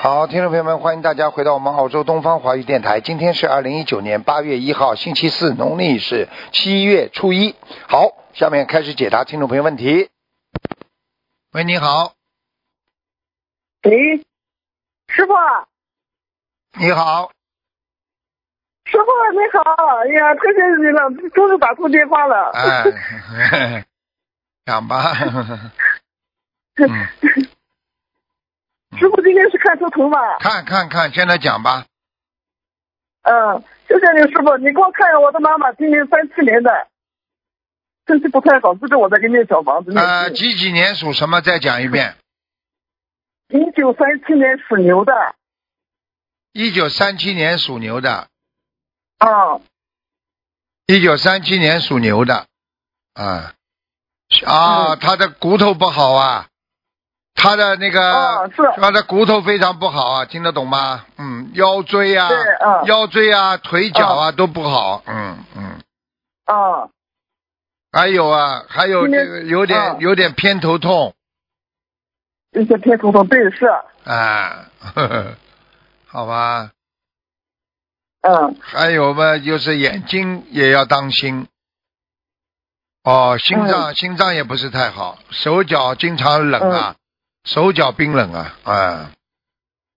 好，听众朋友们，欢迎大家回到我们澳洲东方华语电台。今天是二零一九年八月一号，星期四，农历是七月初一。好，下面开始解答听众朋友问题。喂，你好，喂，哎师傅，啊你好，师傅你好，哎呀，太谢谢你了，终于打通电话了。哎， 讲吧， 嗯，师傅今天是看图腾吧？看看看，现在讲吧。嗯，谢谢你，师傅，你给我看看我的妈妈，今年三七年的，身体不太好，这是我在给念小房子呃，呢。几几年属什么？再讲一遍。一九三七年属牛的，一九三七年属牛的，啊，一九三七年属牛的，啊啊，嗯他的骨头不好啊，他的那个、哦是他的骨头非常不好啊，听得懂吗？嗯，腰椎啊，对嗯腰椎啊，腿脚啊、都不好，嗯嗯，啊，还有啊，还有今这天个有点、嗯有点偏头痛一些偏头痛，对是，啊， 呵呵好吧，嗯，还有嘛，就是眼睛也要当心。哦，心嗯脏、心脏也不是太好，手脚经常冷啊，嗯手脚冰冷啊，啊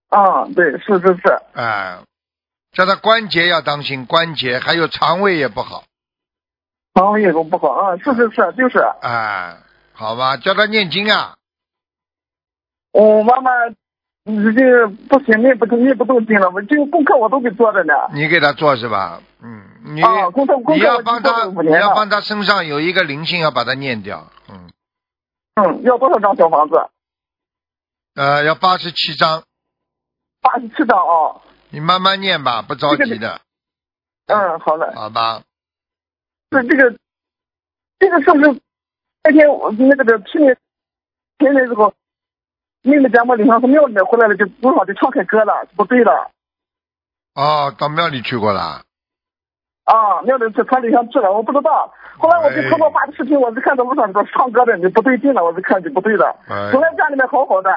啊，对是是是，啊，叫他关节要当心，关节还有肠胃也不好肠胃也不好啊，是是是，就是，啊，好吧，叫他念经啊，我妈妈。嗯这个不行，念不动，念不动经了。我这个功课我都给做着呢。你给他做是吧？嗯，你、啊，工作工你作要我帮去做他，了五你年要了。帮他身上有一个灵性，要把它念掉，嗯，嗯，要多少张小房子？呃，要八十七章，八十七张哦。你慢慢念吧，不着这个急的，嗯，好嘞。好吧？这这个，这个是不是那天我那个的去年前年时候，妹妹在我领上从庙里面回来了，就多少就唱开歌了，不对了哦，到庙里去过啦。啊，庙里去传理上去了，我不知道。后来我哎就通过爸的视频，我就看到路上这唱歌的你不对劲了，我就看就不对了。哎，本来家里面好好的，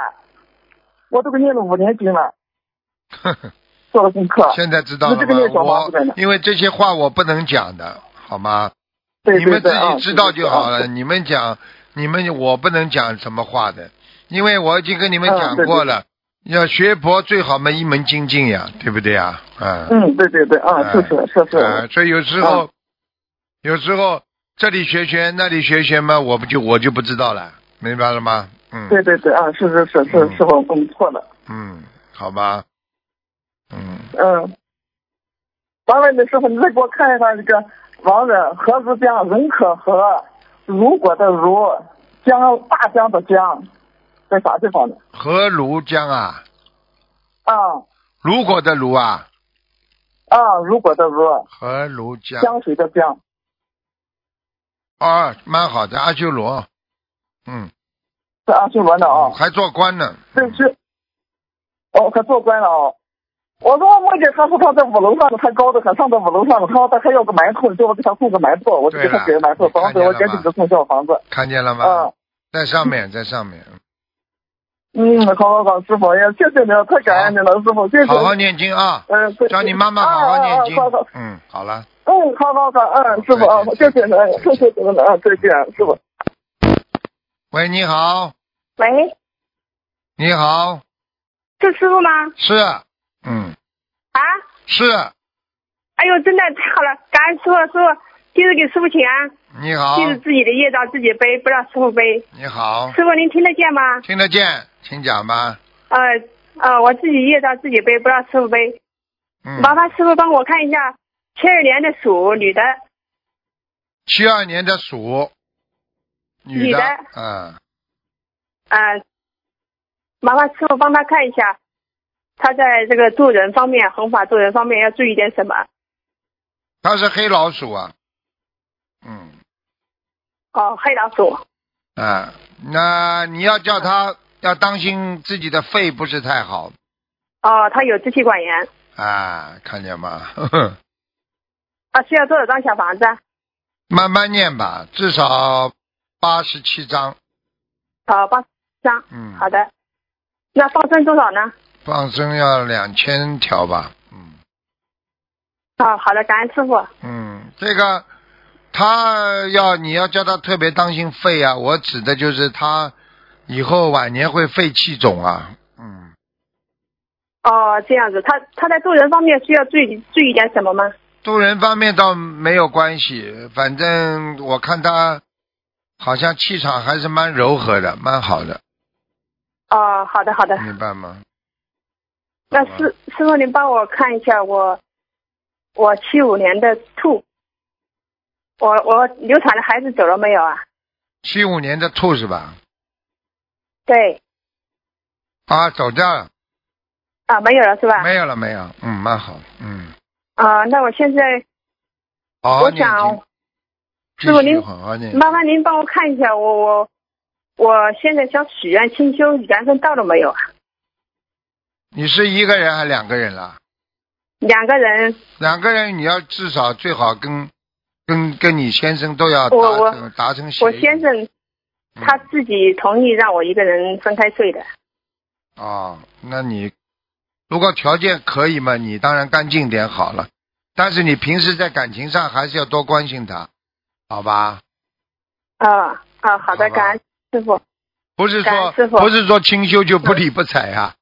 我都给念了五年经 了，做了功课。现在知道了那这个念吗？小房子在我哪因为这些话我不能讲的，好吗？对你们对自对啊，己知道就好对。对对了。你们讲，你们我不能讲什么话的，因为我已经跟你们嗯讲对对过了。要学佛最好嘛，一门精进呀，对不对呀？嗯。嗯，对对对，啊，是是是是，啊，所以有时候，有时候这里学学，那里学学嘛，我不就我就不知道了，明白了吗？嗯。对对对啊，是是是是，师傅，我们错了，嗯，好吧。嗯。嗯。完了，那师傅，你再给我看一下这个王人何字江，人可和，如果的如，江大江的江，在啥地方呢？和庐江啊，啊如果的如啊，啊，如果的如，和庐江江水的江，啊，蛮好的，阿修罗，嗯，是阿修罗呢啊。还做官呢，这是，哦，可做官了哦。我说我梦见他说他在五楼上的，他高的很，上到五楼上了。他说他还要个馒头，叫我给他送个馒头，我就给他给对了啊个馒头，房看子见了吧我赶紧给他送小房子。看见了吗啊？，在上面，在上面，嗯，好好好，师傅，哎呀，谢谢你了，太感恩你了，师傅，谢谢。好好念经啊，嗯，谢谢叫你妈妈好好念经啊啊啊好好，嗯，好了。嗯，好好好，嗯，师傅啊，再谢见谢你，哎再见谢谢你了，啊，再见，师傅。喂，你好，喂，你好，是师傅吗？是，嗯，啊，是，哎呦，真的太好了，感恩师傅，师傅，弟子给师傅请安，你好弟，子自己的业障自己背，不让师傅背。你好，师傅您听得见吗？听得见，请讲吧，呃呃，我自己业障自己背，不让师傅背。嗯，麻烦师傅帮我看一下，七二年的属女的，七二年的鼠，女女的的，嗯，呃，麻烦师傅帮他看一下，他在这个做人方面、弘法做人方面要注意点什么？她是黑老鼠啊，嗯。哦，黑老鼠，啊，那你要叫他要当心自己的肺不是太好哦，他有支气管炎，啊，看见吗？ 呵呵啊，需要多少张小房子啊？慢慢念吧，至少八十七章。好，八张。嗯，好的，那放生多少呢？放生要两千条吧，嗯啊，好的，感恩师傅。嗯，这个他要你要叫他特别当心肺啊，我指的就是他以后晚年会肺气肿啊，嗯，哦，这样子，他他在做人方面需要注意注意点什么吗？渡人方面倒没有关系，反正我看他好像气场还是蛮柔和的，蛮好的，哦，好的好的。明白吗？那师师傅，您帮我看一下我我七五年的兔，我我流产的孩子走了没有啊？七五年的兔是吧？对啊，走掉了，啊，没有了是吧？没有了，没有，嗯，蛮好，嗯，啊、那我现在好好我念想经，继师傅续您好好念经，麻烦您帮我看一下我我我现在想许愿清修缘分到了没有啊？你是一个人还两个人了？两个人，两个人你要至少最好跟跟跟你先生都要我达我成达成协议。我先生嗯他自己同意让我一个人分开睡的。哦，那你如果条件可以嘛，你当然干净点好了。但是你平时在感情上还是要多关心他，好吧？啊啊，好好吧的，感恩师傅。不是感说恩师父不是说清修就不理不睬啊，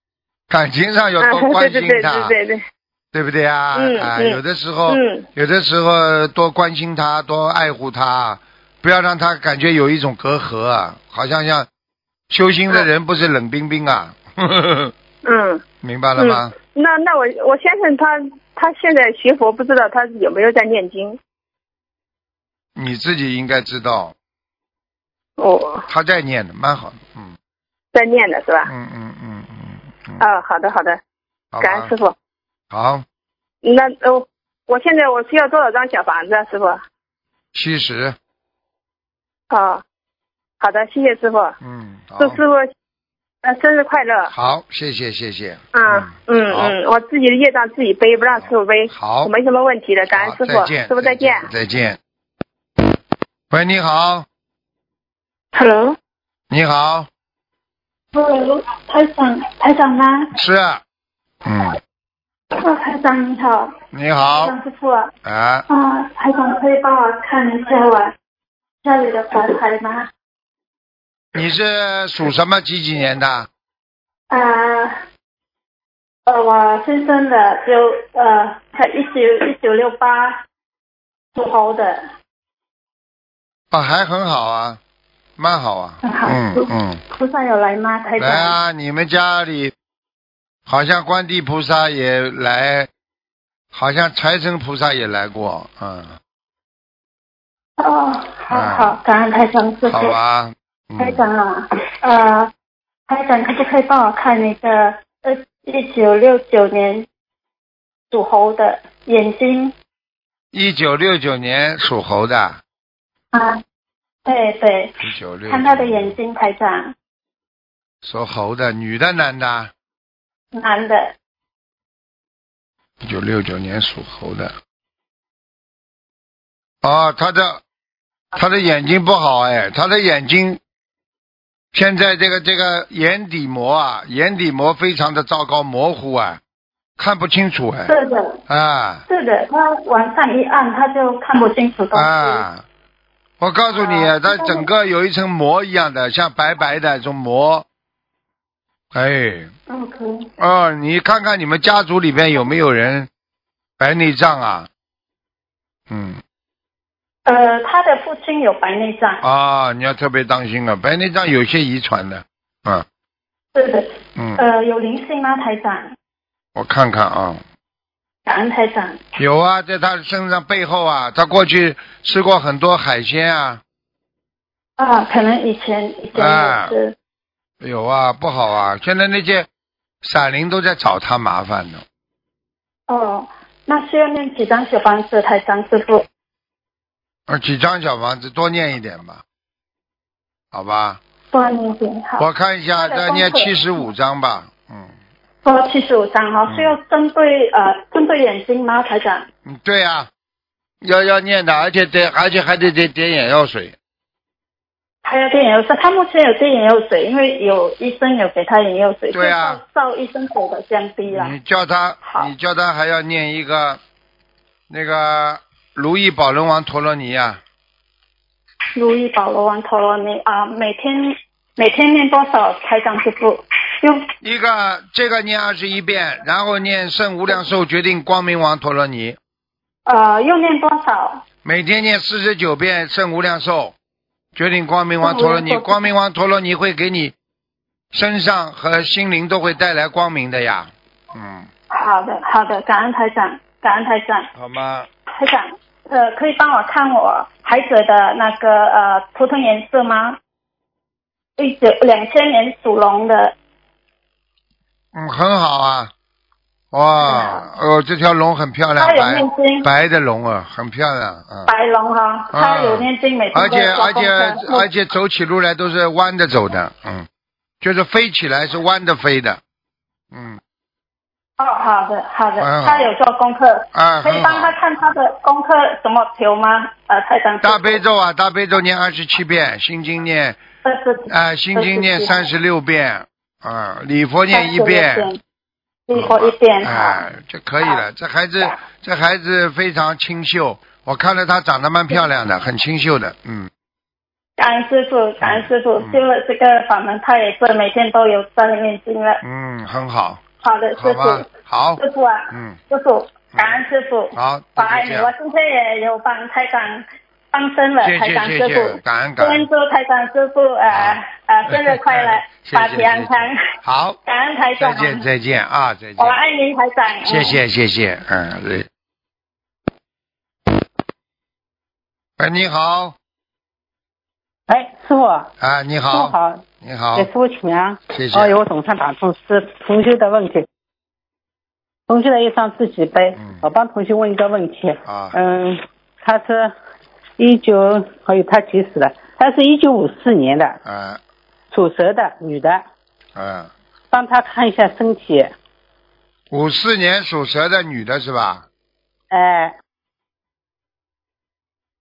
感情上要啊，多对关对心对他， 对对对，对不对啊？嗯啊，嗯有的时候、嗯，有的时候多关心他，多爱护他，不要让他感觉有一种隔阂啊，好像像修行的人不是冷冰冰啊， 嗯，明白了吗？那那我我先生他他现在学佛，不知道他有没有在念经？你自己应该知道，哦，他在念的，蛮好的，嗯在念的是吧？嗯嗯嗯嗯嗯，嗯啊，好的好的，好感恩吧师，傅。好，那呃，我现在我需要多少张小房子啊，师傅？七十，啊，好的，谢谢师傅，嗯，好祝，师傅呃生日快乐。好，谢谢谢谢，啊，嗯好嗯，我自己的业障自己背，不让师傅背，好哎我，没什么问题的，感恩好师再傅，见，师傅再见。再见。喂，你好， Hello，你好，台长，台长吗？是，嗯，哦，台长你好，你好台，长师傅啊，啊，啊台长可以帮我看一下我家里的佛台吗？你是属什么几几年的？啊，呃，我先生的就呃，他一九一九六八属猴的，啊，还很好啊，蛮好啊，很好嗯嗯，菩萨有来吗？台长，来啊，你们家里好像观地菩萨也来，好像财神菩萨也来过，嗯，哦，好好，感恩台长师啊好傅。吧，嗯台长啊，呃，台长可不可以帮我看一个呃一九六九年属猴的眼睛一九六九年属猴的，啊？对对，一九六，看他的眼，睛，台长，属猴的，女的男的？男的，一九六九年属猴的。啊，他的他的眼睛不好哎，他的眼睛现在这个这个眼底膜啊，眼底膜非常的糟糕，模糊啊，看不清楚哎是的，啊是的，他往上一按，他就看不清楚东西。啊！我告诉你，啊他整个有一层膜一样的，像白白的这种膜。哎，嗯，可以。哦，你看看你们家族里边有没有人白内障啊？嗯。呃，他的父亲有白内障，啊，你要特别当心啊，白内障有些遗传的，嗯是的，嗯，呃，有灵性吗？台长，我看看啊，感恩台长。有啊，在他身上背后啊，他过去吃过很多海鲜啊，啊，可能以前以前啊也是，有啊，不好啊，现在那些闪灵都在找他麻烦呢。哦，那需要念几张小房子？台长师傅，啊，几张小房子多念一点吧，好吧，多念点好。我看一下，再念七十五张吧，嗯，多哦七十五张哈，需要针对呃针对眼睛吗？台长，嗯对啊，要要念的，而且得而且还得得点眼药水，还有电眼药水，他目前有电眼药水，因为有医生有给他眼药水，对啊嗯就是照照医生给的降低了。你叫他，好你叫他还要念一个那个如意宝轮王陀罗尼啊呀、如意宝罗王陀罗尼啊，每天每天念多少开张之父？用一个这个念二十一遍，然后念圣无量寿决定光明王陀罗尼，呃用念多少？每天念四十九遍圣无量寿决定光明王陀罗尼，圣无量寿光明王陀罗尼会给你身上和心灵都会带来光明的呀，嗯，好的好的，感恩台长，感恩台长，好吗？台长，呃，可以帮我看我孩子的那个呃图腾颜色吗？一九两千年属龙的，嗯，很好啊，哇，哦，这条龙很漂亮，他有白念经，白的龙啊，很漂亮啊。白龙哈、啊他有念经，每天而且都而有做功且课而且走起路来都是弯着走的，嗯，就是飞起来是弯着飞的，嗯哦，好的好的，嗯他有做功课，啊，可以很帮他好。看他的功课怎么调吗？呃，台长，大悲咒啊，大悲咒念二十七遍，心经念二十啊、心经念三十六遍，啊、礼佛念一遍，，立过一遍，哎、就可以了。这孩子这孩子非常清秀，我看着他长得蛮漂亮的，很清秀的，嗯，感恩师傅，感恩师傅嗯，修了这个法门，他也是每天都有在念经了。嗯，很好，好的，好师吧傅，，好，师傅啊，嗯，师傅，感恩师傅，好，我那爱就你这。我样，今天也有帮台长帮身了，谢台长谢师谢谢，傅，感恩感先恩。，祝台长师傅呃呃生日快乐 谢法谢体安康，谢谢好， 感恩台再长，见再见啊，再见我，爱你，台长，谢谢谢谢，嗯，对。喂，你好，哎，师傅，师啊，你傅好，好，你好给，师傅请安。谢谢哦，有我总算打通是同修的问题。同修的一张自己背，嗯我帮同修问一个问题。啊，嗯，他是一九，哎呦，他急死了。他是一九五四年的，啊属蛇的女的，啊，帮他看一下身体。五四年属蛇的女的是吧？哎，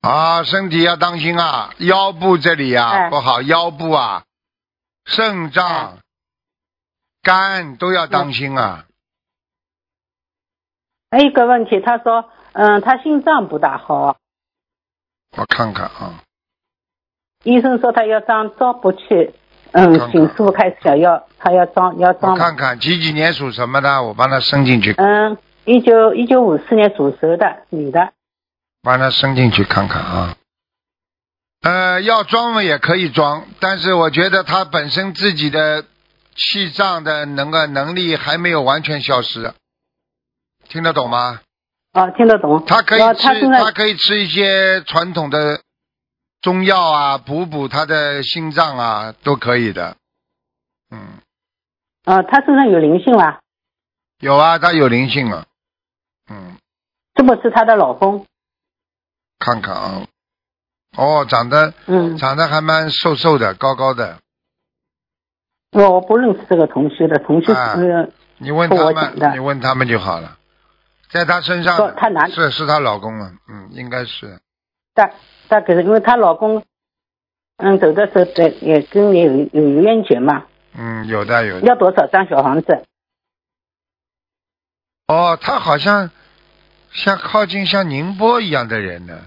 啊，身体要当心啊，腰部这里啊嗯哎不好，腰部啊，肾脏、肝都要当心啊。还有一个问题，他说，嗯，他心脏不大好，嗯我看看啊，医生说他要装装不去，嗯看看，请师傅开始想要他要装要我装了。看看几几年属什么的，我帮他伸进去，嗯，一九一九五四年属蛇的女的，把它伸进去看看啊。呃，要装嘛也可以装，但是我觉得他本身自己的气脏的能个能力还没有完全消失，听得懂吗？哦，听得懂。他可以然后吃她，现他在可以吃一些传统的中药啊，补补他的心脏啊，都可以的。嗯，呃，她身上有灵性啦，有啊，他有灵性啊。嗯，这不是她的老公，看看啊，哦，长得嗯，长得还蛮瘦瘦的，高高的。我我不认识这个同学的，同学啊是你问是他我讲们，的你问他们就好了。在她身上说她哪里是是她老公了，嗯，应该是大大概是因为她老公，嗯，走的时候对也跟你有有冤结嘛，嗯，有的有的。要多少张小房子？哦，她好像像靠近像宁波一样的人呢。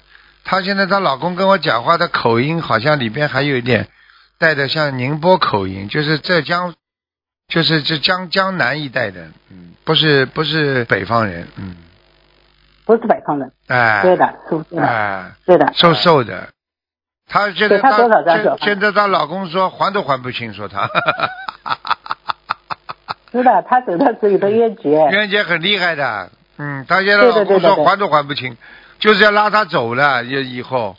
她现在她老公跟我讲话的口音，好像里边还有一点带着像宁波口音，就是浙江，就是这江江南一带的，嗯，不是不是北方人，嗯，不是摆放的，哎，对的，是不是？哎，对的，瘦瘦的。她现在对她多少哎张现小现在她老公说还都还不清，说她是的，她走的时候有的冤结，袁姐很厉害的，嗯，她现在对的老公对的说对还都还不清，就是要拉她走了，也以后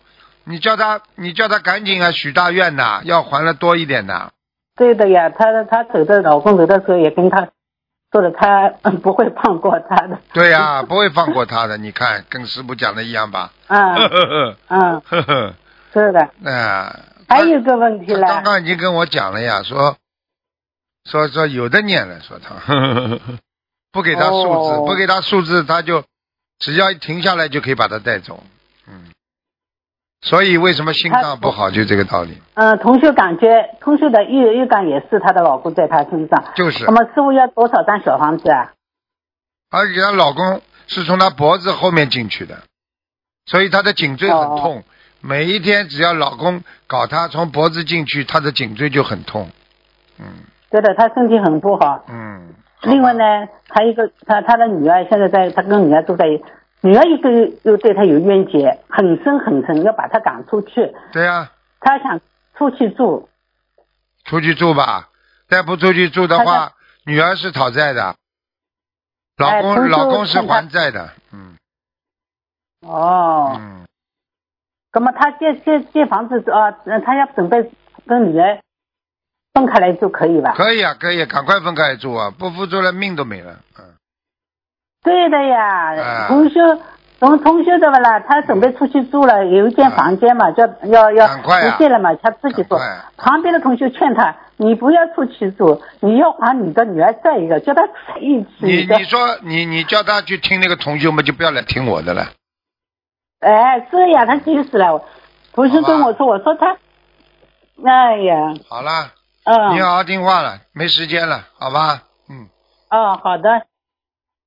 你叫她，你叫她赶紧啊，许大愿呐，要还了多一点呐， 对的呀，她她走的老公走的时候也跟她说了，她 嗯不会放过她的，对呀、 不会放过她的，你看跟师傅讲的一样吧，啊。呵呵 呵嗯，呵呵，是的。那还有一个问题他刚了，刚已经跟我讲了呀，说说说有的念了，说他 不给他数字，哦不给他数字，他就只要一停下来就可以把他带走。嗯，所以为什么心脏不好，就这个道理。嗯，同修感觉同修的预预感也是她的老公在她身上。就是我，们师傅要多少张小房子啊？而且她老公是从她脖子后面进去的，所以她的颈椎很哦痛。每一天只要老公搞她从脖子进去，她的颈椎就很痛。嗯对的，她身体很不好。嗯。好吧另外？呢，还有一个她她的女儿现在在，她跟女儿住在一，女儿又对又对她有冤结，很深很深，要把她赶出去。对啊呀、她想出去住，出去住吧。再不出去住的她话，女儿是讨债的，老哎公、同修老公是看她还债的。嗯哦，嗯，那么她这这这房子啊，她要准备跟女儿分开来住，可以吧？可以啊，可以啊，赶快分开住啊，不付出来命都没了。嗯，对的呀，啊同修，同同修的不啦？他准备出去住了，有一间啊房间嘛，就要要赶快啊不借了嘛，他自己住赶快啊。旁边的同学劝他，你不要出去住，你要还你的女儿再一个，叫他在一你起的。你说你你叫他去听那个同修们，就不要来听我的了。哎，是呀，他急死了。同学好跟吧我说，我说他，哎呀，好啦，你嗯，好好听话了，没时间了，好吧？嗯，哦，好的，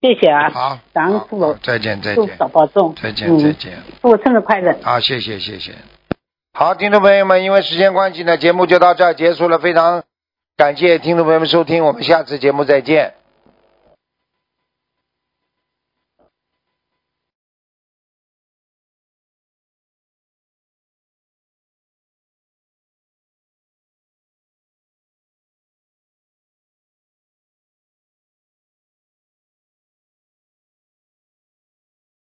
谢谢啊，好，感恩好父母好再见再祝见福保重，再见再嗯，见，祝我生日快乐。好，啊谢谢谢谢。好，听众朋友们，因为时间关系呢，节目就到这儿结束了，非常感谢听众朋友们收听，我们下次节目再见。